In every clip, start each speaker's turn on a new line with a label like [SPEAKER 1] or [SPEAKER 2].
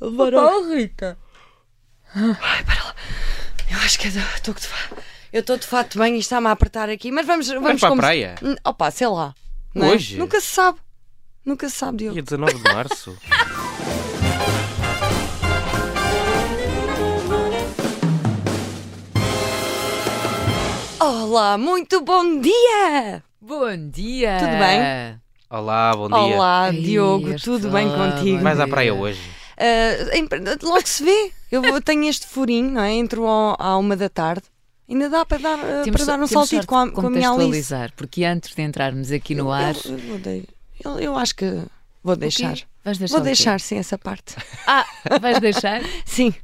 [SPEAKER 1] varão.
[SPEAKER 2] Oh, Rita.
[SPEAKER 3] Ai, para lá. Eu acho que estou de fato. Eu estou de fato bem e está-me a apertar aqui. Mas vamos. Vamos,
[SPEAKER 1] para a
[SPEAKER 3] como-
[SPEAKER 1] praia?
[SPEAKER 3] N- Opa, sei lá. não é?
[SPEAKER 1] Hoje?
[SPEAKER 3] Nunca se sabe. Nunca se sabe, Diogo.
[SPEAKER 1] Dia 19 de março.
[SPEAKER 3] Olá, muito bom dia!
[SPEAKER 2] Bom dia.
[SPEAKER 3] Tudo bem?
[SPEAKER 1] Olá, bom dia.
[SPEAKER 3] Olá,
[SPEAKER 2] Ai,
[SPEAKER 3] Diogo,
[SPEAKER 2] Ah, este
[SPEAKER 3] tudo bem
[SPEAKER 2] lá,
[SPEAKER 3] contigo?
[SPEAKER 2] bom
[SPEAKER 1] Vais à
[SPEAKER 2] dia.
[SPEAKER 1] praia hoje?
[SPEAKER 3] Ah, em- logo se vê. Eu vou- tenho este furinho, não é? Entro ao- à uma da tarde. Ainda dá para dar, ah, para dar um
[SPEAKER 2] temos
[SPEAKER 3] saltito
[SPEAKER 2] sorte
[SPEAKER 3] com a,
[SPEAKER 2] de
[SPEAKER 3] com a minha Alice.
[SPEAKER 2] contextualizar, porque antes de entrarmos aqui no ar.
[SPEAKER 3] Eu, eu, odeio. eu, eu acho que vou deixar.
[SPEAKER 2] Vais deixar
[SPEAKER 3] Vou
[SPEAKER 2] o
[SPEAKER 1] um
[SPEAKER 2] quê?
[SPEAKER 3] deixar, sim, essa parte.
[SPEAKER 2] Ah, vais deixar?
[SPEAKER 3] Sim.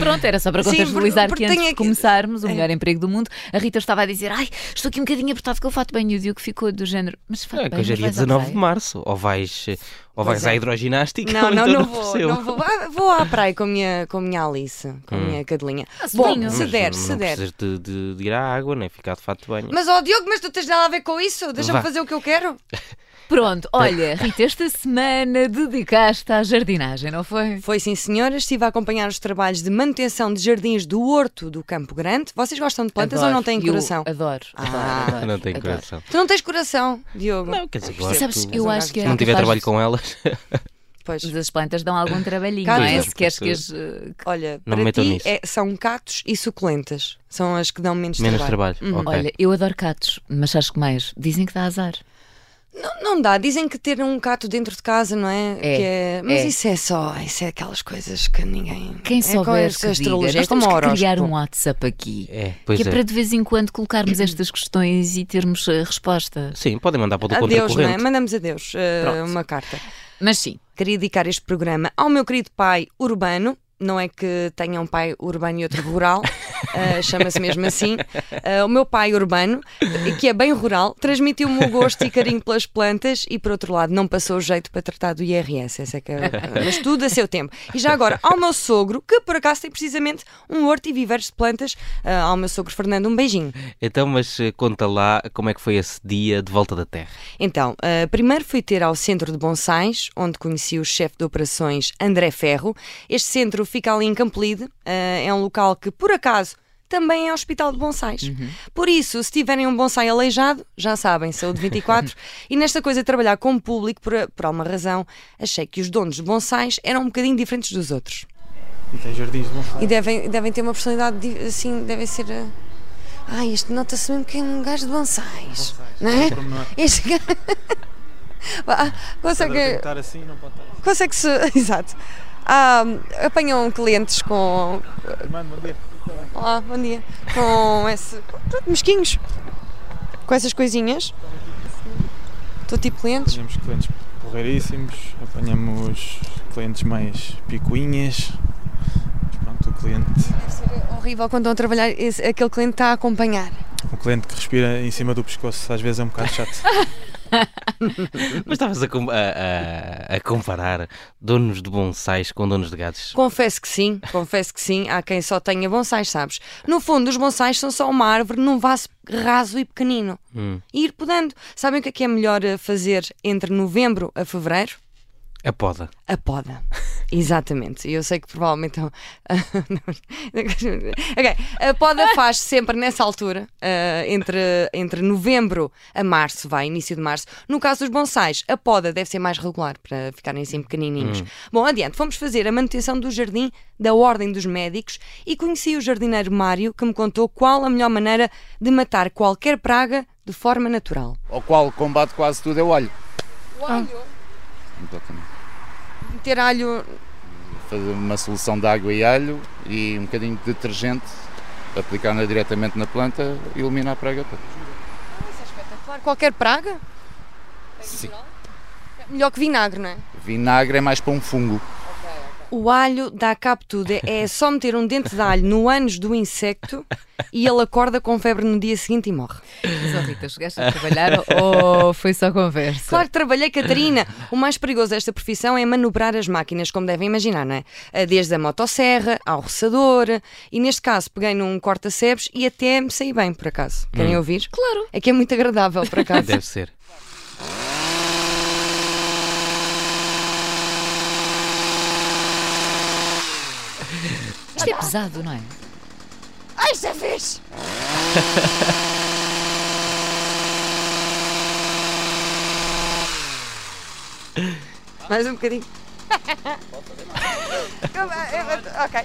[SPEAKER 2] Pronto, era só para
[SPEAKER 3] Sim,
[SPEAKER 2] contextualizar
[SPEAKER 3] porque-
[SPEAKER 2] que antes
[SPEAKER 3] porque tenho aqui-
[SPEAKER 2] de começarmos o melhor emprego do mundo, a Rita estava a dizer: Ai, estou aqui um bocadinho apertado com o fato bem e o Diogo ficou do género. Mas fato
[SPEAKER 1] Não, que
[SPEAKER 2] Tá bem,
[SPEAKER 1] hoje é
[SPEAKER 2] mas
[SPEAKER 1] dia
[SPEAKER 2] vais à
[SPEAKER 1] 19
[SPEAKER 2] praia?"
[SPEAKER 1] de março. Ou vais, eh, ou vais à hidroginástica?
[SPEAKER 3] Não,
[SPEAKER 1] ou
[SPEAKER 3] não,
[SPEAKER 1] então
[SPEAKER 3] não vou.
[SPEAKER 1] percebo. Hum.
[SPEAKER 3] Não vou. Ah, vou à praia com a minha, com a minha Alice, com a minha cadelinha.
[SPEAKER 2] Ah,
[SPEAKER 3] Bom,
[SPEAKER 2] sobrinho.
[SPEAKER 3] se
[SPEAKER 1] Mas
[SPEAKER 3] der,
[SPEAKER 1] não
[SPEAKER 3] se der.
[SPEAKER 1] precisas de, de- de ir à água, nem ficar de fato de banho.
[SPEAKER 3] Mas, ó Diogo, mas tu tens nada a ver com isso? Deixa-me
[SPEAKER 1] Vá.
[SPEAKER 3] fazer o que eu quero?
[SPEAKER 2] Pronto,
[SPEAKER 1] É.
[SPEAKER 2] olha, Rita, esta semana dedicaste à jardinagem, não foi?
[SPEAKER 3] Foi sim, senhora. Estive a acompanhar os trabalhos de manutenção de jardins do Horto do Campo Grande. Vocês gostam de plantas
[SPEAKER 2] Adoro.
[SPEAKER 3] ou não têm
[SPEAKER 2] Eu
[SPEAKER 3] coração?
[SPEAKER 2] Adoro,
[SPEAKER 3] Ah.
[SPEAKER 2] adoro, adoro.
[SPEAKER 1] não tem
[SPEAKER 2] adoro.
[SPEAKER 1] coração.
[SPEAKER 3] Tu não tens coração, Diogo.
[SPEAKER 1] Não, quer dizer,
[SPEAKER 2] E
[SPEAKER 1] claro,
[SPEAKER 2] sabes,
[SPEAKER 1] tu-
[SPEAKER 2] eu
[SPEAKER 3] um
[SPEAKER 2] acho
[SPEAKER 3] gajo
[SPEAKER 2] que
[SPEAKER 3] que
[SPEAKER 2] é
[SPEAKER 1] se não
[SPEAKER 2] algo que
[SPEAKER 1] tiver
[SPEAKER 2] faz-
[SPEAKER 1] trabalho com elas,
[SPEAKER 3] Pois.
[SPEAKER 2] Mas as plantas dão algum trabalhinho,
[SPEAKER 3] Cá
[SPEAKER 2] não é?
[SPEAKER 3] diz.
[SPEAKER 2] Se queres que as. eh, que-
[SPEAKER 3] Olha,
[SPEAKER 1] Não
[SPEAKER 3] para
[SPEAKER 1] me metam
[SPEAKER 3] ti
[SPEAKER 1] nisso.
[SPEAKER 3] é- são cactos e suculentas. São as que dão menos,
[SPEAKER 1] menos
[SPEAKER 3] trabalho.
[SPEAKER 1] trabalho. Ok.
[SPEAKER 2] Uhum. Olha, eu adoro catos, mas sabes que mais? Dizem que dá azar.
[SPEAKER 3] Não dá, dizem que ter um cato dentro de casa, não é?
[SPEAKER 2] É,
[SPEAKER 3] Que é- Mas
[SPEAKER 2] é.
[SPEAKER 3] isso é só, isso é aquelas coisas que ninguém.
[SPEAKER 2] Quem
[SPEAKER 3] é com
[SPEAKER 2] souber
[SPEAKER 3] as
[SPEAKER 2] que diga,
[SPEAKER 3] astrologias,
[SPEAKER 2] nós temos
[SPEAKER 3] como
[SPEAKER 2] que criar um
[SPEAKER 3] horóscopo.
[SPEAKER 2] WhatsApp aqui.
[SPEAKER 1] É, pois
[SPEAKER 2] que é,
[SPEAKER 1] é.
[SPEAKER 2] para de vez em quando colocarmos estas questões e termos eh, resposta.
[SPEAKER 1] Sim, podem mandar para o do
[SPEAKER 3] Adeus, não é?
[SPEAKER 1] contracorrente.
[SPEAKER 3] Mandamos adeus eh,
[SPEAKER 2] Pronto.
[SPEAKER 3] uma carta.
[SPEAKER 2] Mas sim,
[SPEAKER 3] Queria dedicar este programa ao meu querido pai urbano. Não é que tenha um pai urbano e outro rural, eh, chama-se mesmo assim. Eh, o meu pai urbano, eh, que é bem rural, transmitiu-me o gosto e carinho pelas plantas e, por outro lado, não passou o jeito para tratar do IRS. Essa é que é- mas tudo a seu tempo. E já agora, ao meu sogro, que por acaso tem precisamente um horto e viveiros de plantas, eh, ao meu sogro Fernando, um beijinho.
[SPEAKER 1] Então, mas eh, conta lá como é que foi esse dia de volta da Terra.
[SPEAKER 3] Então, ah, primeiro fui ter ao Centro de Bonsais, onde conheci o chefe de operações André Ferro. Este centro fica ali em Campolide, ah, é um local que, por acaso, também é hospital de bonsais. Por isso, se tiverem um bonsai aleijado, já sabem, saúde 24. e nesta coisa de trabalhar com o público, por, por alguma razão, achei que os donos de bonsais eram um bocadinho diferentes dos outros.
[SPEAKER 4] E tem jardins de bonsai.
[SPEAKER 3] E devem, devem ter uma personalidade di- assim, devem ser. ah, Ai, isto nota-se mesmo que é um gajo de bonsais. Não é?
[SPEAKER 4] Pormenor.
[SPEAKER 3] Este gajo. Ah,
[SPEAKER 4] Tem que
[SPEAKER 3] Consegue,
[SPEAKER 4] estar assim, não pode estar assim.
[SPEAKER 3] consegue se. Exato. Ah, apanham clientes com.
[SPEAKER 4] assim. Mano, bom dia.
[SPEAKER 3] Olá, bom dia. Com esse. pronto, Mesquinhos. Com essas coisinhas. Todo tipo de clientes.
[SPEAKER 4] Apanhamos clientes porreiríssimos, apanhamos clientes mais picuinhas. Mas Pronto, o cliente,
[SPEAKER 3] Deve ser É horrível quando estão a trabalhar, esse- aquele cliente está a acompanhar.
[SPEAKER 4] o cliente que respira em cima do pescoço às vezes é um bocado chato.
[SPEAKER 1] Mas estavas a, com- a- a- a comparar donos de bonsais com donos de gatos.
[SPEAKER 3] Confesso que sim, confesso que sim. Há quem só tenha bonsais, sabes? No fundo, os bonsais são só uma árvore num vaso raso e pequenino.
[SPEAKER 1] Hum.
[SPEAKER 3] E ir podando. Sabem o que é que é melhor eh, fazer entre novembro a fevereiro?
[SPEAKER 1] A poda.
[SPEAKER 3] A poda. Exatamente. E Eu sei que provavelmente. não- ok. A poda faz sempre nessa altura, eh, entre, entre novembro a março, vai, início de março. No caso dos bonsais, a poda deve ser mais regular para ficarem assim pequenininhos. Bom, adiante, fomos fazer a manutenção do jardim da Ordem dos Médicos e conheci o jardineiro Mário que me contou qual a melhor maneira de matar qualquer praga de forma natural.
[SPEAKER 5] ao qual combate quase tudo é o alho.
[SPEAKER 3] O alho?
[SPEAKER 5] Exatamente.
[SPEAKER 3] Meter alho
[SPEAKER 5] Fazer uma solução de água e alho e um bocadinho de detergente, aplicar-na diretamente na planta e eliminar a praga toda.
[SPEAKER 3] Espetacular. Qualquer praga?
[SPEAKER 5] Sim.
[SPEAKER 3] Melhor que vinagre, não é?
[SPEAKER 5] Vinagre é mais para um fungo.
[SPEAKER 3] O alho dá cabo de tudo. É só meter um dente de alho no ânus do insecto e ele acorda com febre no dia seguinte e morre.
[SPEAKER 2] mas oh, Rita, chegaste a trabalhar ou foi só conversa?
[SPEAKER 3] Claro que trabalhei, Catarina. O mais perigoso desta profissão é manobrar as máquinas, como devem imaginar, não é? Desde a motosserra ao roçador. E neste caso peguei num corta-sebes e até me saí bem, por acaso. Querem ouvir? Claro. É que é muito agradável, por acaso.
[SPEAKER 1] Deve ser.
[SPEAKER 2] Isto é pesado, não é?
[SPEAKER 3] Ai, já vês! Mais um bocadinho. Como é- é- ok.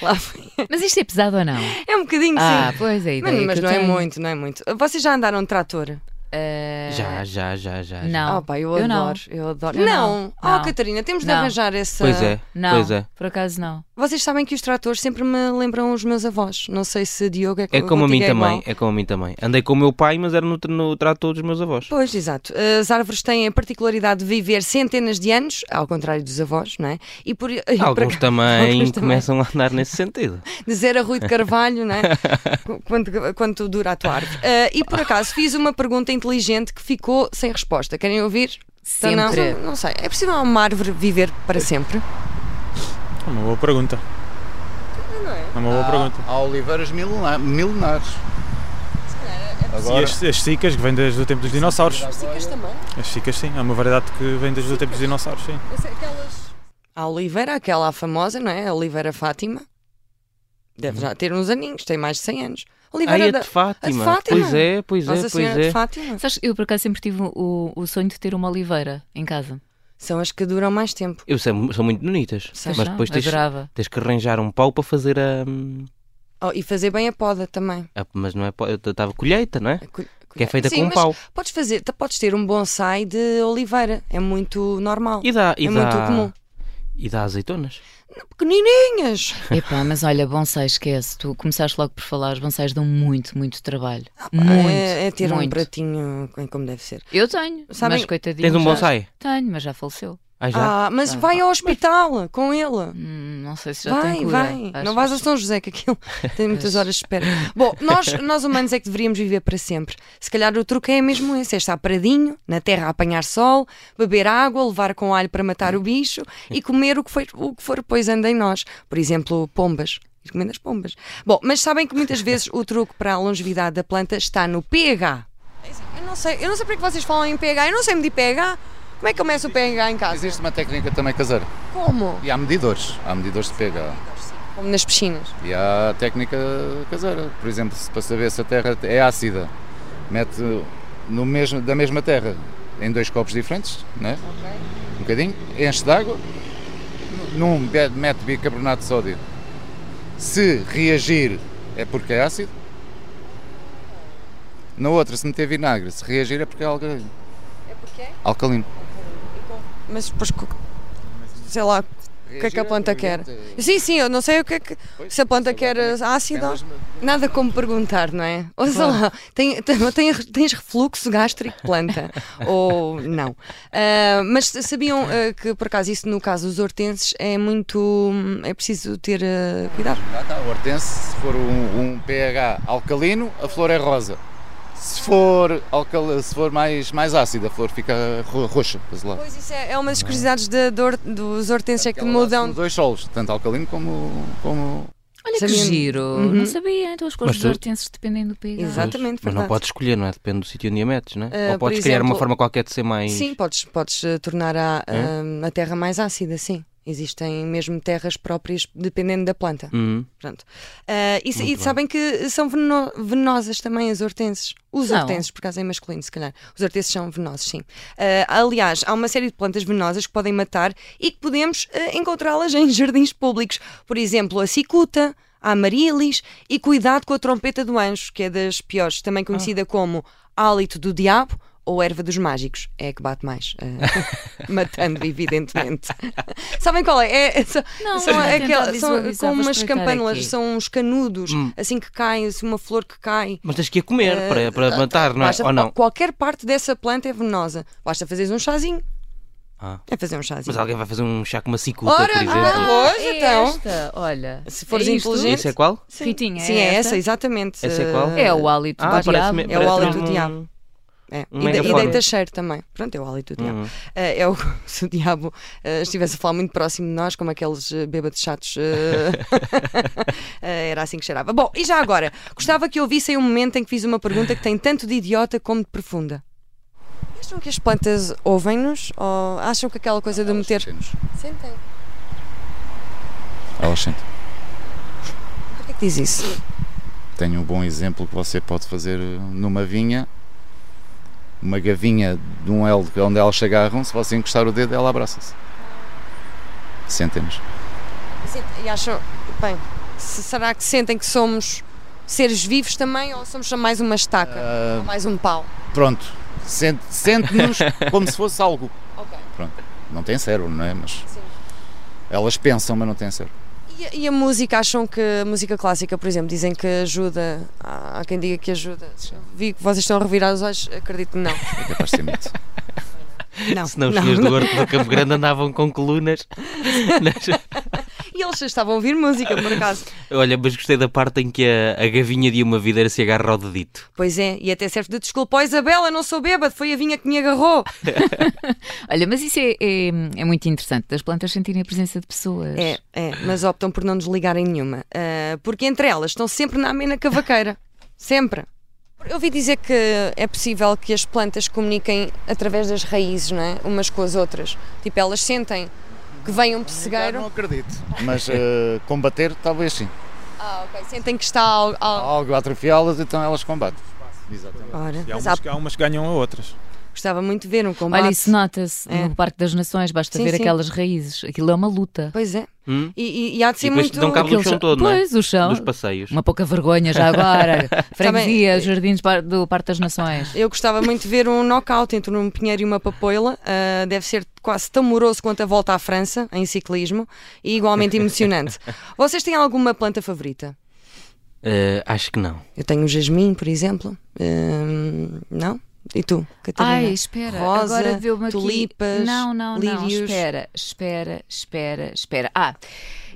[SPEAKER 3] Lá foi.
[SPEAKER 2] Mas isto é pesado ou não?
[SPEAKER 3] É um bocadinho,
[SPEAKER 2] Ah,
[SPEAKER 3] sim.
[SPEAKER 2] pois é, a
[SPEAKER 3] Mas,
[SPEAKER 2] ideia
[SPEAKER 3] mas
[SPEAKER 2] que eu
[SPEAKER 3] não é
[SPEAKER 2] tenho.
[SPEAKER 3] muito, não é muito. Vocês já andaram de trator? Eh,
[SPEAKER 2] Ah,
[SPEAKER 1] Já, já, já, já. já.
[SPEAKER 2] Não.
[SPEAKER 3] Oh, pá, eu
[SPEAKER 2] Eu
[SPEAKER 3] adoro.
[SPEAKER 2] não.
[SPEAKER 3] Eu adoro.
[SPEAKER 2] Eu
[SPEAKER 3] não.
[SPEAKER 2] não.
[SPEAKER 3] Oh,
[SPEAKER 2] Não.
[SPEAKER 3] Catarina, temos de
[SPEAKER 2] Não.
[SPEAKER 3] arranjar essa.
[SPEAKER 1] Pois é,
[SPEAKER 2] Não,
[SPEAKER 1] pois é.
[SPEAKER 2] por acaso não.
[SPEAKER 3] Vocês sabem que os tratores sempre me lembram os meus avós. Não sei se Diogo é,
[SPEAKER 1] É como a
[SPEAKER 3] contigo
[SPEAKER 1] mim
[SPEAKER 3] é
[SPEAKER 1] também,
[SPEAKER 3] igual.
[SPEAKER 1] é como a mim também. Andei com o meu pai, mas era no, tra- no trator dos meus avós.
[SPEAKER 3] Pois, exato. As árvores têm a particularidade de viver centenas de anos, ao contrário dos avós, não é? E por, e por
[SPEAKER 1] Alguns
[SPEAKER 3] acaso-
[SPEAKER 1] também
[SPEAKER 3] Alguns também.
[SPEAKER 1] começam a andar nesse sentido.
[SPEAKER 3] dizer a Rui de Carvalho, não é? Qu- quanto, quanto dura a tua árvore. Ah, e por acaso fiz uma pergunta inteligente que ficou sem resposta. Querem ouvir? Então, não,
[SPEAKER 2] Sempre.
[SPEAKER 3] não sei. É possível uma árvore viver para sempre?
[SPEAKER 4] É uma boa pergunta. É uma boa
[SPEAKER 5] Ah.
[SPEAKER 4] pergunta.
[SPEAKER 5] Há oliveiras milena- milenares.
[SPEAKER 4] E as, as cicas que vêm desde o tempo dos dinossauros.
[SPEAKER 3] também.
[SPEAKER 4] As cicas sim, é uma variedade que vem desde o tempo dos dinossauros, sim.
[SPEAKER 3] A Oliveira, aquela famosa, não é? A Oliveira Fátima.
[SPEAKER 1] Uhum.
[SPEAKER 3] Deve já ter uns aninhos, tem mais de 100 anos.
[SPEAKER 1] Ai,
[SPEAKER 3] Oliveira
[SPEAKER 1] a
[SPEAKER 3] da
[SPEAKER 1] de Fátima.
[SPEAKER 3] a de Fátima.
[SPEAKER 1] Pois é, pois é,
[SPEAKER 3] Nossa
[SPEAKER 1] pois
[SPEAKER 3] Senhora
[SPEAKER 1] é.
[SPEAKER 3] de Fátima.
[SPEAKER 2] Sabes, eu por acaso sempre tive o, o sonho de ter uma oliveira em casa.
[SPEAKER 3] São as que duram mais tempo.
[SPEAKER 1] Eu sei, são muito bonitas.
[SPEAKER 3] Sei
[SPEAKER 1] mas
[SPEAKER 2] já,
[SPEAKER 1] depois tens,
[SPEAKER 2] adorava.
[SPEAKER 1] tens que arranjar um pau para fazer a.
[SPEAKER 3] Oh, e fazer bem a poda também.
[SPEAKER 1] a- mas não é pau, eu estava colheita, não é?
[SPEAKER 3] A colhe-
[SPEAKER 1] Que é feita
[SPEAKER 3] Sim,
[SPEAKER 1] com um
[SPEAKER 3] mas
[SPEAKER 1] pau.
[SPEAKER 3] Podes fazer, t- podes ter um bonsai de oliveira. É muito normal.
[SPEAKER 1] E dá, e
[SPEAKER 3] é
[SPEAKER 1] dá,
[SPEAKER 3] muito comum.
[SPEAKER 1] E dá azeitonas.
[SPEAKER 3] Pequenininhas!
[SPEAKER 2] Epá, mas olha, bonsai, esquece. Tu começaste logo por falar, os bonsais dão muito, muito trabalho. muito.
[SPEAKER 3] é, é ter um
[SPEAKER 2] muito.
[SPEAKER 3] pratinho com- como deve ser.
[SPEAKER 2] Eu tenho,
[SPEAKER 3] Sabem-
[SPEAKER 2] mas coitadinho.
[SPEAKER 1] Tens um
[SPEAKER 2] já-
[SPEAKER 1] bonsai?
[SPEAKER 2] Tenho, mas já faleceu.
[SPEAKER 1] Ah, já.
[SPEAKER 3] Ah, mas vai ao hospital com ele.
[SPEAKER 2] Hum, não sei se já
[SPEAKER 3] Vai,
[SPEAKER 2] tem cura.
[SPEAKER 3] vai.
[SPEAKER 2] Acho-
[SPEAKER 3] Não vais a São José, que aquilo tem muitas horas de espera. Bom, nós, nós humanos é que deveríamos viver para sempre. Se calhar o truque é mesmo esse: é estar paradinho, na terra a apanhar sol, beber água, levar com alho para matar o bicho e comer o que, foi, o que for depois anda em nós. Por exemplo, pombas. E comendo as pombas. Bom, mas sabem que muitas vezes o truque para a longevidade da planta está no pH. Eu não sei, eu não sei porque é vocês falam em pH, eu não sei medir pH. Como é que começa o pH em casa?
[SPEAKER 5] Existe uma técnica também caseira.
[SPEAKER 3] Como?
[SPEAKER 5] E há medidores. Há medidores de pH.
[SPEAKER 3] Como nas piscinas.
[SPEAKER 5] E há técnica caseira. Por exemplo, se- para saber se a terra é ácida, mete no mesmo, da mesma terra em dois copos diferentes, né? um bocadinho, enche de água, num be- mete bicarbonato de sódio. Se reagir é porque é ácido, na outra, se meter vinagre, se reagir é porque é alcalino. Alcalino.
[SPEAKER 3] Mas depois, co- sei lá, O que é que a planta quer? Sim, sim, eu não sei o que é que. Se a planta quer ácido, nada como perguntar, não é? Ou sei lá, tem, tem- tem- tens refluxo gástrico, planta? Ou não? Ah, mas sabiam ah, que, por acaso, isso no caso dos hortenses é muito. hum, é preciso ter ah, cuidado.
[SPEAKER 5] Lá está, tá, o hortense, se for um, um pH alcalino, a flor é rosa. Se for, alcal... se for mais, mais ácida, a flor fica ro- roxa, azulada.
[SPEAKER 3] Pois isso é, é uma das curiosidades de- do hor- dos hortenses, é que
[SPEAKER 5] Ela dá-se
[SPEAKER 3] mudam.
[SPEAKER 5] nos dois solos, tanto alcalino como, como
[SPEAKER 2] Olha que
[SPEAKER 3] Sabia-
[SPEAKER 2] giro.
[SPEAKER 3] Uhum.
[SPEAKER 2] Não sabia, então as
[SPEAKER 1] Mas
[SPEAKER 2] cores dos
[SPEAKER 1] tu-
[SPEAKER 2] hortenses dependem do pH.
[SPEAKER 1] Pois,
[SPEAKER 3] Exatamente,
[SPEAKER 1] Mas não
[SPEAKER 3] verdade.
[SPEAKER 1] podes escolher, não é? Depende do sítio onde a metes, não
[SPEAKER 3] Ah,
[SPEAKER 1] é? Ou
[SPEAKER 3] por
[SPEAKER 1] podes criar uma
[SPEAKER 3] exemplo-
[SPEAKER 1] forma qualquer de ser mais.
[SPEAKER 3] Sim, podes, podes eh, tornar a, a- a terra mais ácida, sim. Existem mesmo terras próprias, dependendo da planta.
[SPEAKER 1] Uhum.
[SPEAKER 3] Pronto. Eh, e se- e
[SPEAKER 1] Muito bem.
[SPEAKER 3] sabem que são veneno- venenosas também as hortenses. Os
[SPEAKER 2] Não.
[SPEAKER 3] hortenses, por acaso é masculino, se calhar. Os hortenses são venenosos, sim. Eh, aliás, há uma série de plantas venenosas que podem matar e que podemos eh, encontrá-las em jardins públicos. Por exemplo, a cicuta, a amarilis e cuidado com a trompeta do anjo, que é das piores, também conhecida como hálito do diabo ou erva dos mágicos. É a que bate mais. eh, matando, evidentemente. sabem qual é? É- é só-
[SPEAKER 2] Não,
[SPEAKER 3] são
[SPEAKER 2] vou tentar
[SPEAKER 3] aquelas, são
[SPEAKER 2] visualizar,
[SPEAKER 3] com
[SPEAKER 2] vou
[SPEAKER 3] umas
[SPEAKER 2] espreitar
[SPEAKER 3] campânulas,
[SPEAKER 2] aqui.
[SPEAKER 3] são uns canudos,
[SPEAKER 1] Hum.
[SPEAKER 3] assim que cai, assim, uma flor que cai.
[SPEAKER 1] Mas tens que a comer para, para matar, não é?
[SPEAKER 3] Ah, Basta-
[SPEAKER 1] Ou não?
[SPEAKER 3] Qualquer parte dessa planta é venenosa. Basta fazeres um chazinho.
[SPEAKER 1] Ah.
[SPEAKER 3] É fazer um chazinho.
[SPEAKER 1] Mas alguém vai fazer um chá com uma cicuta,
[SPEAKER 3] Ora,
[SPEAKER 1] por exemplo.
[SPEAKER 3] ah, Pois,
[SPEAKER 2] É
[SPEAKER 3] então.
[SPEAKER 2] Esta, olha.
[SPEAKER 3] Se fores
[SPEAKER 2] é isto?
[SPEAKER 3] inteligente.
[SPEAKER 1] Isso é qual?
[SPEAKER 3] Sim,
[SPEAKER 2] Fitinha, é
[SPEAKER 3] Sim, é
[SPEAKER 2] esta?
[SPEAKER 3] essa, exatamente. Eh,
[SPEAKER 1] Essa é qual?
[SPEAKER 2] É o hálito do diabo.
[SPEAKER 1] me-
[SPEAKER 3] É o hálito
[SPEAKER 1] mesmo
[SPEAKER 3] do diabo. É. E
[SPEAKER 1] um
[SPEAKER 3] de- E,
[SPEAKER 1] megafone.
[SPEAKER 3] deita cheiro também. Pronto, é o hálito
[SPEAKER 1] Hum.
[SPEAKER 3] do diabo. Eh, é o, se o diabo eh, estivesse a falar muito próximo de nós, como aqueles eh, bêbados chatos, eh, eh, era assim que cheirava. Bom, e já agora, gostava que ouvissem um momento em que fiz uma pergunta que tem tanto de idiota como de profunda. Acham que as plantas ouvem-nos? Ou acham que aquela coisa de
[SPEAKER 5] Elas
[SPEAKER 3] meter.
[SPEAKER 5] sentem-nos.
[SPEAKER 3] Sentem.
[SPEAKER 5] Elas sentem.
[SPEAKER 3] Porquê que diz isso?
[SPEAKER 5] Tenho um bom exemplo que você pode fazer eh, numa vinha. Uma gavinha de um L onde elas se agarram, se você encostar o dedo, ela abraça-se. Sentem-nos.
[SPEAKER 3] Sentem- E acham. Bem, se- será que sentem que somos seres vivos também ou somos só mais uma estaca?
[SPEAKER 5] Ah,
[SPEAKER 3] Ou mais um pau?
[SPEAKER 5] pronto. Sente- Sente-nos como se fosse algo.
[SPEAKER 3] Ok.
[SPEAKER 5] Não tem cérebro, não é? Mas
[SPEAKER 3] Sim.
[SPEAKER 5] elas pensam, mas não têm cérebro.
[SPEAKER 3] E, a- e a música? Acham que a música clássica, por exemplo, dizem que ajuda? Há há quem diga que ajuda. Vi que vocês estão a revirar os olhos, acredito que não.
[SPEAKER 5] É capaz de ser mito.
[SPEAKER 3] Não,
[SPEAKER 1] Senão os
[SPEAKER 3] não,
[SPEAKER 1] filhos
[SPEAKER 3] não.
[SPEAKER 1] do Horto do Campo Grande andavam com colunas.
[SPEAKER 3] E eles estavam a ouvir música, por acaso.
[SPEAKER 1] Olha, mas gostei da parte em que a, a gavinha de uma videira se agarra ao dedito.
[SPEAKER 3] Pois é, e até serve de desculpa. Oh, Isabela, não sou bêbado, foi a vinha que me agarrou.
[SPEAKER 2] Olha, mas isso é, é- é muito interessante, das plantas sentirem a presença de pessoas.
[SPEAKER 3] É, é, mas optam por não desligarem nenhuma. Ah, porque entre elas estão sempre na amena cavaqueira. Sempre. Eu ouvi dizer que é possível que as plantas comuniquem através das raízes, não é? Umas com as outras. Tipo, elas sentem que vem um
[SPEAKER 5] Não
[SPEAKER 3] pessegueiro.
[SPEAKER 5] acredito. Mas eh, combater, talvez sim.
[SPEAKER 3] Ah, ok. Sentem que está algo.
[SPEAKER 5] Há
[SPEAKER 3] algo.
[SPEAKER 5] algo a atrofiá-las, então elas combatem. Exatamente.
[SPEAKER 3] Ora,
[SPEAKER 4] E há
[SPEAKER 3] mas
[SPEAKER 4] umas,
[SPEAKER 3] há-
[SPEAKER 4] há umas que ganham a outras.
[SPEAKER 3] gostava muito de ver um combate.
[SPEAKER 2] Olha, isso nota-se
[SPEAKER 3] É.
[SPEAKER 2] no Parque das Nações, basta
[SPEAKER 3] Sim,
[SPEAKER 2] ver
[SPEAKER 3] sim.
[SPEAKER 2] aquelas raízes. Aquilo é uma luta.
[SPEAKER 3] Pois é.
[SPEAKER 1] Hum?
[SPEAKER 3] E, e- e há de
[SPEAKER 1] e
[SPEAKER 3] ser
[SPEAKER 1] depois
[SPEAKER 3] muito.
[SPEAKER 1] dão cabo do
[SPEAKER 2] Aquele
[SPEAKER 1] chão
[SPEAKER 2] chão-
[SPEAKER 1] todo,
[SPEAKER 2] pois,
[SPEAKER 1] não é?
[SPEAKER 2] o chão.
[SPEAKER 1] Dos passeios.
[SPEAKER 2] Uma pouca vergonha já agora. Freguesia,
[SPEAKER 3] Também-
[SPEAKER 2] jardins par- do Parque das Nações.
[SPEAKER 3] Eu gostava muito de ver um knockout entre um pinheiro e uma papoila. Ah, deve ser quase tão moroso quanto a volta à França em ciclismo e igualmente emocionante. Vocês têm alguma planta favorita?
[SPEAKER 1] Eh, acho que não.
[SPEAKER 3] Eu tenho o jasmim, por exemplo. Hum, não? E tu, Catarina?
[SPEAKER 2] Ai, espera,
[SPEAKER 3] Rosa,
[SPEAKER 2] agora deu-me aqui...
[SPEAKER 3] tulipas,
[SPEAKER 2] Não, não, não,
[SPEAKER 3] lírios.
[SPEAKER 2] espera, espera, espera, espera. Ah,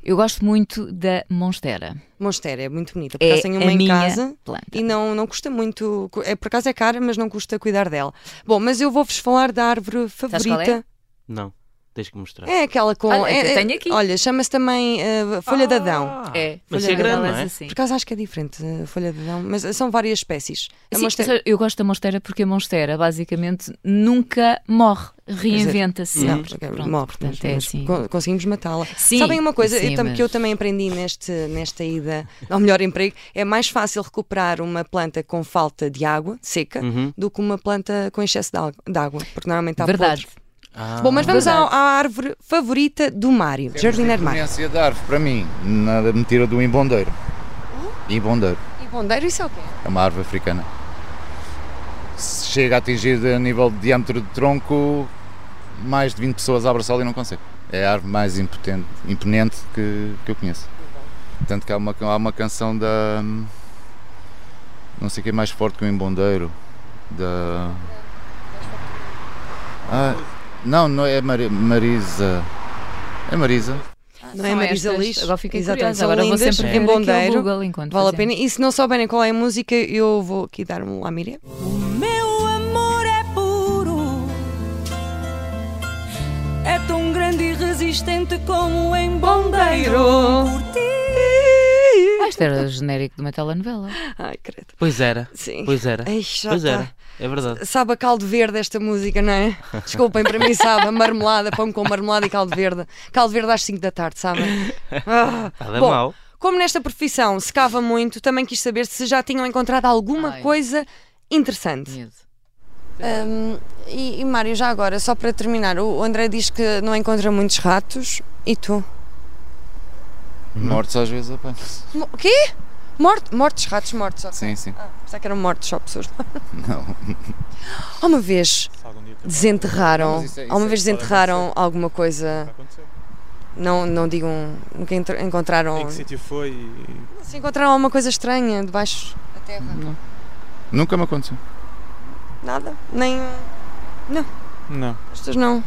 [SPEAKER 2] eu gosto muito da Monstera.
[SPEAKER 3] Monstera, é muito bonita. Por
[SPEAKER 2] É
[SPEAKER 3] acaso tenho uma
[SPEAKER 2] a
[SPEAKER 3] em
[SPEAKER 2] minha
[SPEAKER 3] casa.
[SPEAKER 2] planta.
[SPEAKER 3] E não, não custa muito, é, por acaso é cara, mas não custa cuidar dela. Bom, mas eu vou-vos falar da árvore
[SPEAKER 2] Sabes qual é?
[SPEAKER 3] favorita.
[SPEAKER 1] Não. Tens que mostrar.
[SPEAKER 3] É aquela com.
[SPEAKER 2] Olha,
[SPEAKER 3] é-
[SPEAKER 2] que eu
[SPEAKER 3] é-
[SPEAKER 2] tenho aqui.
[SPEAKER 3] Olha, chama-se também ah, Folha de Adão.
[SPEAKER 1] Ah,
[SPEAKER 2] É,
[SPEAKER 1] Mas
[SPEAKER 2] folha
[SPEAKER 1] é
[SPEAKER 2] de
[SPEAKER 1] grande,
[SPEAKER 2] balas
[SPEAKER 1] não é?
[SPEAKER 2] assim.
[SPEAKER 3] Por acaso acho que é diferente a folha de Adão, mas eh, são várias espécies. A
[SPEAKER 2] Sim,
[SPEAKER 3] monstera-
[SPEAKER 2] Eu gosto da Monstera porque a Monstera basicamente nunca morre, reinventa-se
[SPEAKER 3] Não,
[SPEAKER 2] sempre.
[SPEAKER 3] ok,
[SPEAKER 2] Pronto,
[SPEAKER 3] morre,
[SPEAKER 2] portanto,
[SPEAKER 3] mas-
[SPEAKER 2] é
[SPEAKER 3] mas
[SPEAKER 2] assim.
[SPEAKER 3] con- conseguimos matá-la.
[SPEAKER 2] Sim,
[SPEAKER 3] Sabem uma coisa eu
[SPEAKER 2] sim,
[SPEAKER 3] tam- que eu
[SPEAKER 2] mas-
[SPEAKER 3] também aprendi neste, nesta ida ao melhor emprego? É mais fácil recuperar uma planta com falta de água, seca,
[SPEAKER 2] Hum.
[SPEAKER 1] Uhum.
[SPEAKER 3] do que uma planta com excesso de água, de água, porque normalmente há
[SPEAKER 2] Verdade.
[SPEAKER 3] podre.
[SPEAKER 1] Ah,
[SPEAKER 3] Tá Bom, mas vamos
[SPEAKER 2] Verdade.
[SPEAKER 3] à, à árvore favorita do Mário, jardineiro Mário.
[SPEAKER 5] Temos de de árvore, para mim, nada me tira do imbondeiro.
[SPEAKER 3] Hum?
[SPEAKER 5] Imbondeiro.
[SPEAKER 3] E bondeiro, isso é o quê?
[SPEAKER 5] É uma árvore africana. Se chega a atingir a nível de diâmetro de tronco, mais de 20 pessoas abraçam e não consegue. É a árvore mais impotente, imponente que, que eu conheço. Tanto que há uma, há uma canção da. Não sei o que é mais forte que o Imbondeiro. Da. Ah, não, não é Mari- Marisa. É Marisa.
[SPEAKER 3] Não é
[SPEAKER 2] São
[SPEAKER 3] Marisa
[SPEAKER 2] estas.
[SPEAKER 3] Liz?
[SPEAKER 2] Agora fiquei
[SPEAKER 3] Exatamente,
[SPEAKER 2] curiosa,
[SPEAKER 3] são
[SPEAKER 2] agora vou
[SPEAKER 3] lindas,
[SPEAKER 2] sempre
[SPEAKER 3] em
[SPEAKER 2] ver aqui
[SPEAKER 3] bondeiro.
[SPEAKER 2] ao Google enquanto
[SPEAKER 3] Vale a pena.
[SPEAKER 2] fazemos.
[SPEAKER 3] E se não souberem qual é a música, eu vou aqui dar um lamire.
[SPEAKER 6] O meu amor é puro, é tão grande e resistente como em Bondeiro. Por ti.
[SPEAKER 2] Ah, isto era genérico de uma telenovela.
[SPEAKER 3] Ai, credo.
[SPEAKER 1] Pois era.
[SPEAKER 3] Sim.
[SPEAKER 2] é.
[SPEAKER 1] Pois era.
[SPEAKER 3] Ai, já
[SPEAKER 1] Pois
[SPEAKER 3] tá.
[SPEAKER 1] era. É verdade.
[SPEAKER 3] Sabe a caldo verde esta música, não é? Desculpem, para mim sabe, a marmelada, pão com marmelada e caldo verde. Caldo verde às 5 da tarde, sabe? Ah,
[SPEAKER 1] Nada
[SPEAKER 3] bom,
[SPEAKER 1] mal.
[SPEAKER 3] Como nesta profissão se cava muito, também quis saber se já tinham encontrado alguma
[SPEAKER 2] Ai.
[SPEAKER 3] coisa interessante.
[SPEAKER 2] Medo.
[SPEAKER 3] Hum, e, e Mário, já agora, só para terminar, o André diz que não encontra muitos ratos. E tu?
[SPEAKER 5] Mortos às vezes apanham-se.
[SPEAKER 3] Mo- quê? Morto, mortos, ratos mortos. ok.
[SPEAKER 5] Sim, sim.
[SPEAKER 3] Ah, pensava que eram mortos só pessoas.
[SPEAKER 5] Não.
[SPEAKER 3] Há Uma vez
[SPEAKER 4] Se algum dia acabar,
[SPEAKER 3] desenterraram,
[SPEAKER 5] Mas isso é-
[SPEAKER 3] há uma
[SPEAKER 5] isso é-
[SPEAKER 3] vez desenterraram alguma coisa.
[SPEAKER 4] vai acontecer.
[SPEAKER 3] Não, não digam nunca entr- encontraram.
[SPEAKER 4] Em que sítio foi e
[SPEAKER 3] Se encontraram alguma coisa estranha debaixo da terra.
[SPEAKER 5] Nunca me aconteceu.
[SPEAKER 3] Nada. Nem.
[SPEAKER 4] Não.
[SPEAKER 3] As pessoas não.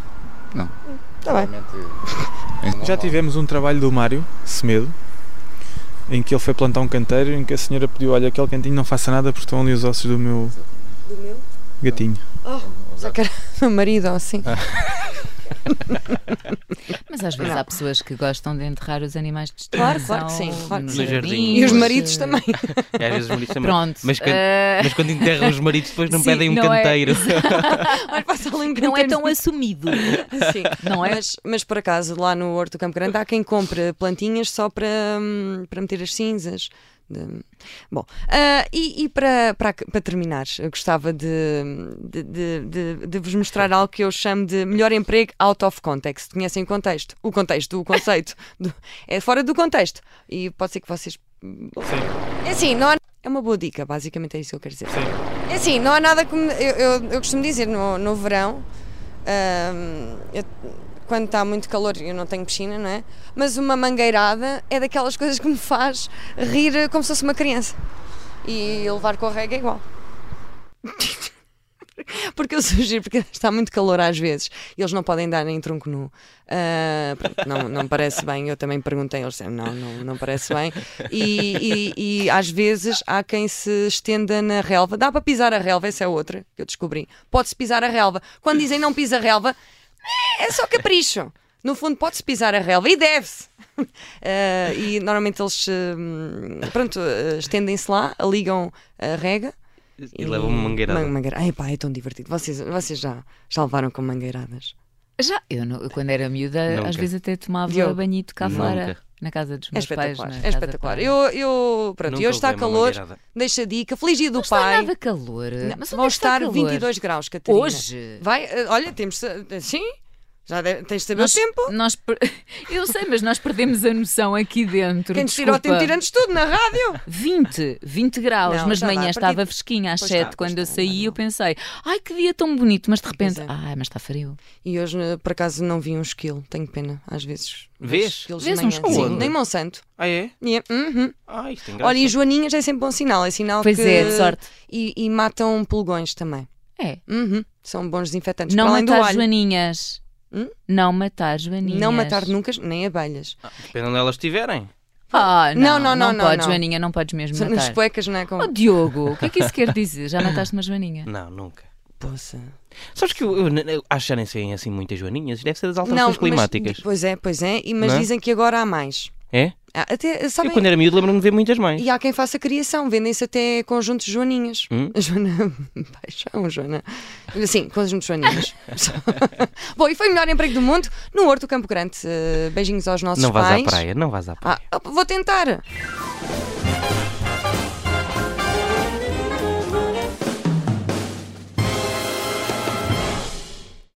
[SPEAKER 5] Não.
[SPEAKER 3] Está bem.
[SPEAKER 4] Já tivemos um trabalho do Mário, Semedo, em que ele foi plantar um canteiro em que a senhora pediu: Olha, aquele cantinho não faça nada porque estão ali os ossos do meu. gatinho.
[SPEAKER 2] Ah.
[SPEAKER 3] Sacar- Meu marido, assim.
[SPEAKER 2] Mas às vezes
[SPEAKER 3] Não.
[SPEAKER 2] há pessoas que gostam de enterrar os animais de
[SPEAKER 3] Claro, claro que sim, claro que
[SPEAKER 1] sim. No jardim.
[SPEAKER 3] E os maridos também.
[SPEAKER 1] E É, às vezes os maridos também.
[SPEAKER 2] Pronto.
[SPEAKER 1] Mas quando,
[SPEAKER 2] eh,
[SPEAKER 1] mas quando enterram os maridos, depois não
[SPEAKER 2] Sim,
[SPEAKER 1] pedem um
[SPEAKER 2] não é.
[SPEAKER 1] canteiro.
[SPEAKER 3] Olha, passa ali um
[SPEAKER 2] Não é
[SPEAKER 3] canteiro.
[SPEAKER 2] tão assumido.
[SPEAKER 3] Sim.
[SPEAKER 2] Não é?
[SPEAKER 3] Mas, mas por acaso, lá no Horto do Campo Grande, há quem compre plantinhas só para, hum, para meter as cinzas. de- Bom, ah, e, e para, para, para terminar, eu gostava de, de, de- de- de vos mostrar algo que eu chamo de melhor emprego out of context. Conhecem o contexto? O contexto, o conceito. do- é fora do contexto. E pode ser que vocês. É assim, não há- É uma boa dica, basicamente é isso que eu quero dizer. É assim, não há nada como. Eu, eu, eu costumo dizer no, no verão, hum, eu- quando está muito calor, eu não tenho piscina, não é? Mas uma mangueirada é daquelas coisas que me faz rir como se fosse uma criança. E levar com a rega é igual. Porque eu sugiro, porque está muito calor às vezes e eles não podem dar em tronco nu. Ah, pronto, não, não parece bem, eu também perguntei, eles disseram não, não, não parece bem. E, e- e às vezes há quem se estenda na relva. Dá para pisar a relva, essa é outra que eu descobri. Pode-se pisar a relva. Quando dizem não pisa a relva, é só capricho. No fundo, pode-se pisar a relva e deve-se. Ah, e normalmente eles hum, pronto, ah, estendem-se lá, ligam a rega.
[SPEAKER 1] E um levam uma mangueirada.
[SPEAKER 3] Man- mangueira. Ai pá, é tão divertido. Vocês, vocês já, já levaram com mangueiradas?
[SPEAKER 2] Já, eu, não- eu quando era miúda,
[SPEAKER 1] Nunca.
[SPEAKER 2] às vezes até tomava
[SPEAKER 3] Diogo.
[SPEAKER 2] banhito cá
[SPEAKER 1] Nunca.
[SPEAKER 2] fora, na casa dos
[SPEAKER 3] É
[SPEAKER 2] meus pais.
[SPEAKER 3] espetacular,
[SPEAKER 2] na
[SPEAKER 3] é
[SPEAKER 2] casa
[SPEAKER 3] espetacular.
[SPEAKER 2] para-
[SPEAKER 3] Eu, eu, pronto,
[SPEAKER 1] Nunca
[SPEAKER 3] hoje está
[SPEAKER 1] levei uma
[SPEAKER 3] calor,
[SPEAKER 1] mangueirada.
[SPEAKER 3] deixa a dica. Feliz dia do
[SPEAKER 2] Não está
[SPEAKER 3] pai.
[SPEAKER 2] nada calor. Mas onde é
[SPEAKER 3] Vão
[SPEAKER 2] que está
[SPEAKER 3] estar
[SPEAKER 2] calor?
[SPEAKER 3] 22 graus, Catarina.
[SPEAKER 2] Hoje.
[SPEAKER 3] Vai, eh, olha, temos. eh, Sim, já deve- tens de saber
[SPEAKER 2] Nós-
[SPEAKER 3] o tempo.
[SPEAKER 2] Nós per- Eu sei, mas nós perdemos a noção aqui dentro.
[SPEAKER 3] Quem te tira o tempo
[SPEAKER 2] desculpa.
[SPEAKER 3] tira-nos tudo na rádio.
[SPEAKER 2] 20, 20 graus,
[SPEAKER 3] Não,
[SPEAKER 2] mas de
[SPEAKER 3] tá lá,
[SPEAKER 2] manhã
[SPEAKER 3] a partir-
[SPEAKER 2] estava fresquinha às
[SPEAKER 3] Pois
[SPEAKER 2] 7.
[SPEAKER 3] tá, pois
[SPEAKER 2] Quando eu
[SPEAKER 3] tá,
[SPEAKER 2] saí,
[SPEAKER 3] não.
[SPEAKER 2] eu pensei, ai que dia tão bonito, mas de repente,
[SPEAKER 3] Pois é.
[SPEAKER 2] ai, mas está frio.
[SPEAKER 3] E hoje, eh, por acaso, não vi um esquilo. Tenho pena, às vezes. vejo
[SPEAKER 1] Vês?
[SPEAKER 3] esquilos de
[SPEAKER 2] Vês um
[SPEAKER 3] manhã. Sim,
[SPEAKER 1] esquilo?
[SPEAKER 3] Nem Monsanto.
[SPEAKER 1] Ah, é?
[SPEAKER 3] E é- uhum.
[SPEAKER 1] Ah, isto tem graça.
[SPEAKER 3] Olha, e joaninhas é sempre bom sinal. É sinal
[SPEAKER 2] Pois
[SPEAKER 3] que...
[SPEAKER 2] é, de sorte.
[SPEAKER 3] E, e matam pelugões também.
[SPEAKER 2] É.
[SPEAKER 3] Uhum. São bons desinfetantes.
[SPEAKER 2] Não
[SPEAKER 3] para além do
[SPEAKER 2] matar
[SPEAKER 3] alho.
[SPEAKER 2] joaninhas.
[SPEAKER 3] Hum?
[SPEAKER 2] Não matar joaninhas.
[SPEAKER 3] Não matar nunca, nem abelhas.
[SPEAKER 1] Depende onde elas estiverem.
[SPEAKER 2] Ah, não,
[SPEAKER 3] Não, não, não, não,
[SPEAKER 2] podes,
[SPEAKER 3] não.
[SPEAKER 2] joaninha, não podes mesmo
[SPEAKER 3] São nos
[SPEAKER 2] matar.
[SPEAKER 3] cuecas, não é? Com...
[SPEAKER 2] Oh, Diogo, o que é que isso quer dizer? Já mataste uma joaninha?
[SPEAKER 1] Não, nunca.
[SPEAKER 3] Poça.
[SPEAKER 1] Sabes que eu, eu, n- eu acho que já nem sei assim muitas joaninhas. Deve ser das alterações
[SPEAKER 3] Não,
[SPEAKER 1] climáticas.
[SPEAKER 3] Mas, pois é, pois é. E, mas
[SPEAKER 1] Não é?
[SPEAKER 3] dizem que agora há mais.
[SPEAKER 1] É?
[SPEAKER 3] Há- Até,
[SPEAKER 1] Eu
[SPEAKER 3] sabem,
[SPEAKER 1] quando era miúdo lembro-me de ver muitas mães.
[SPEAKER 3] E há quem faça criação, vendem-se até conjuntos de joaninhas.
[SPEAKER 1] Hum?
[SPEAKER 3] Joana Paixão, Joana. Sim, conjuntos de joaninhas. Bom, e foi o melhor emprego do mundo no Horto Campo Grande. Eh, Beijinhos aos nossos
[SPEAKER 1] Não vás
[SPEAKER 3] pais.
[SPEAKER 1] à praia, não vás à praia.
[SPEAKER 3] Ah, vou tentar.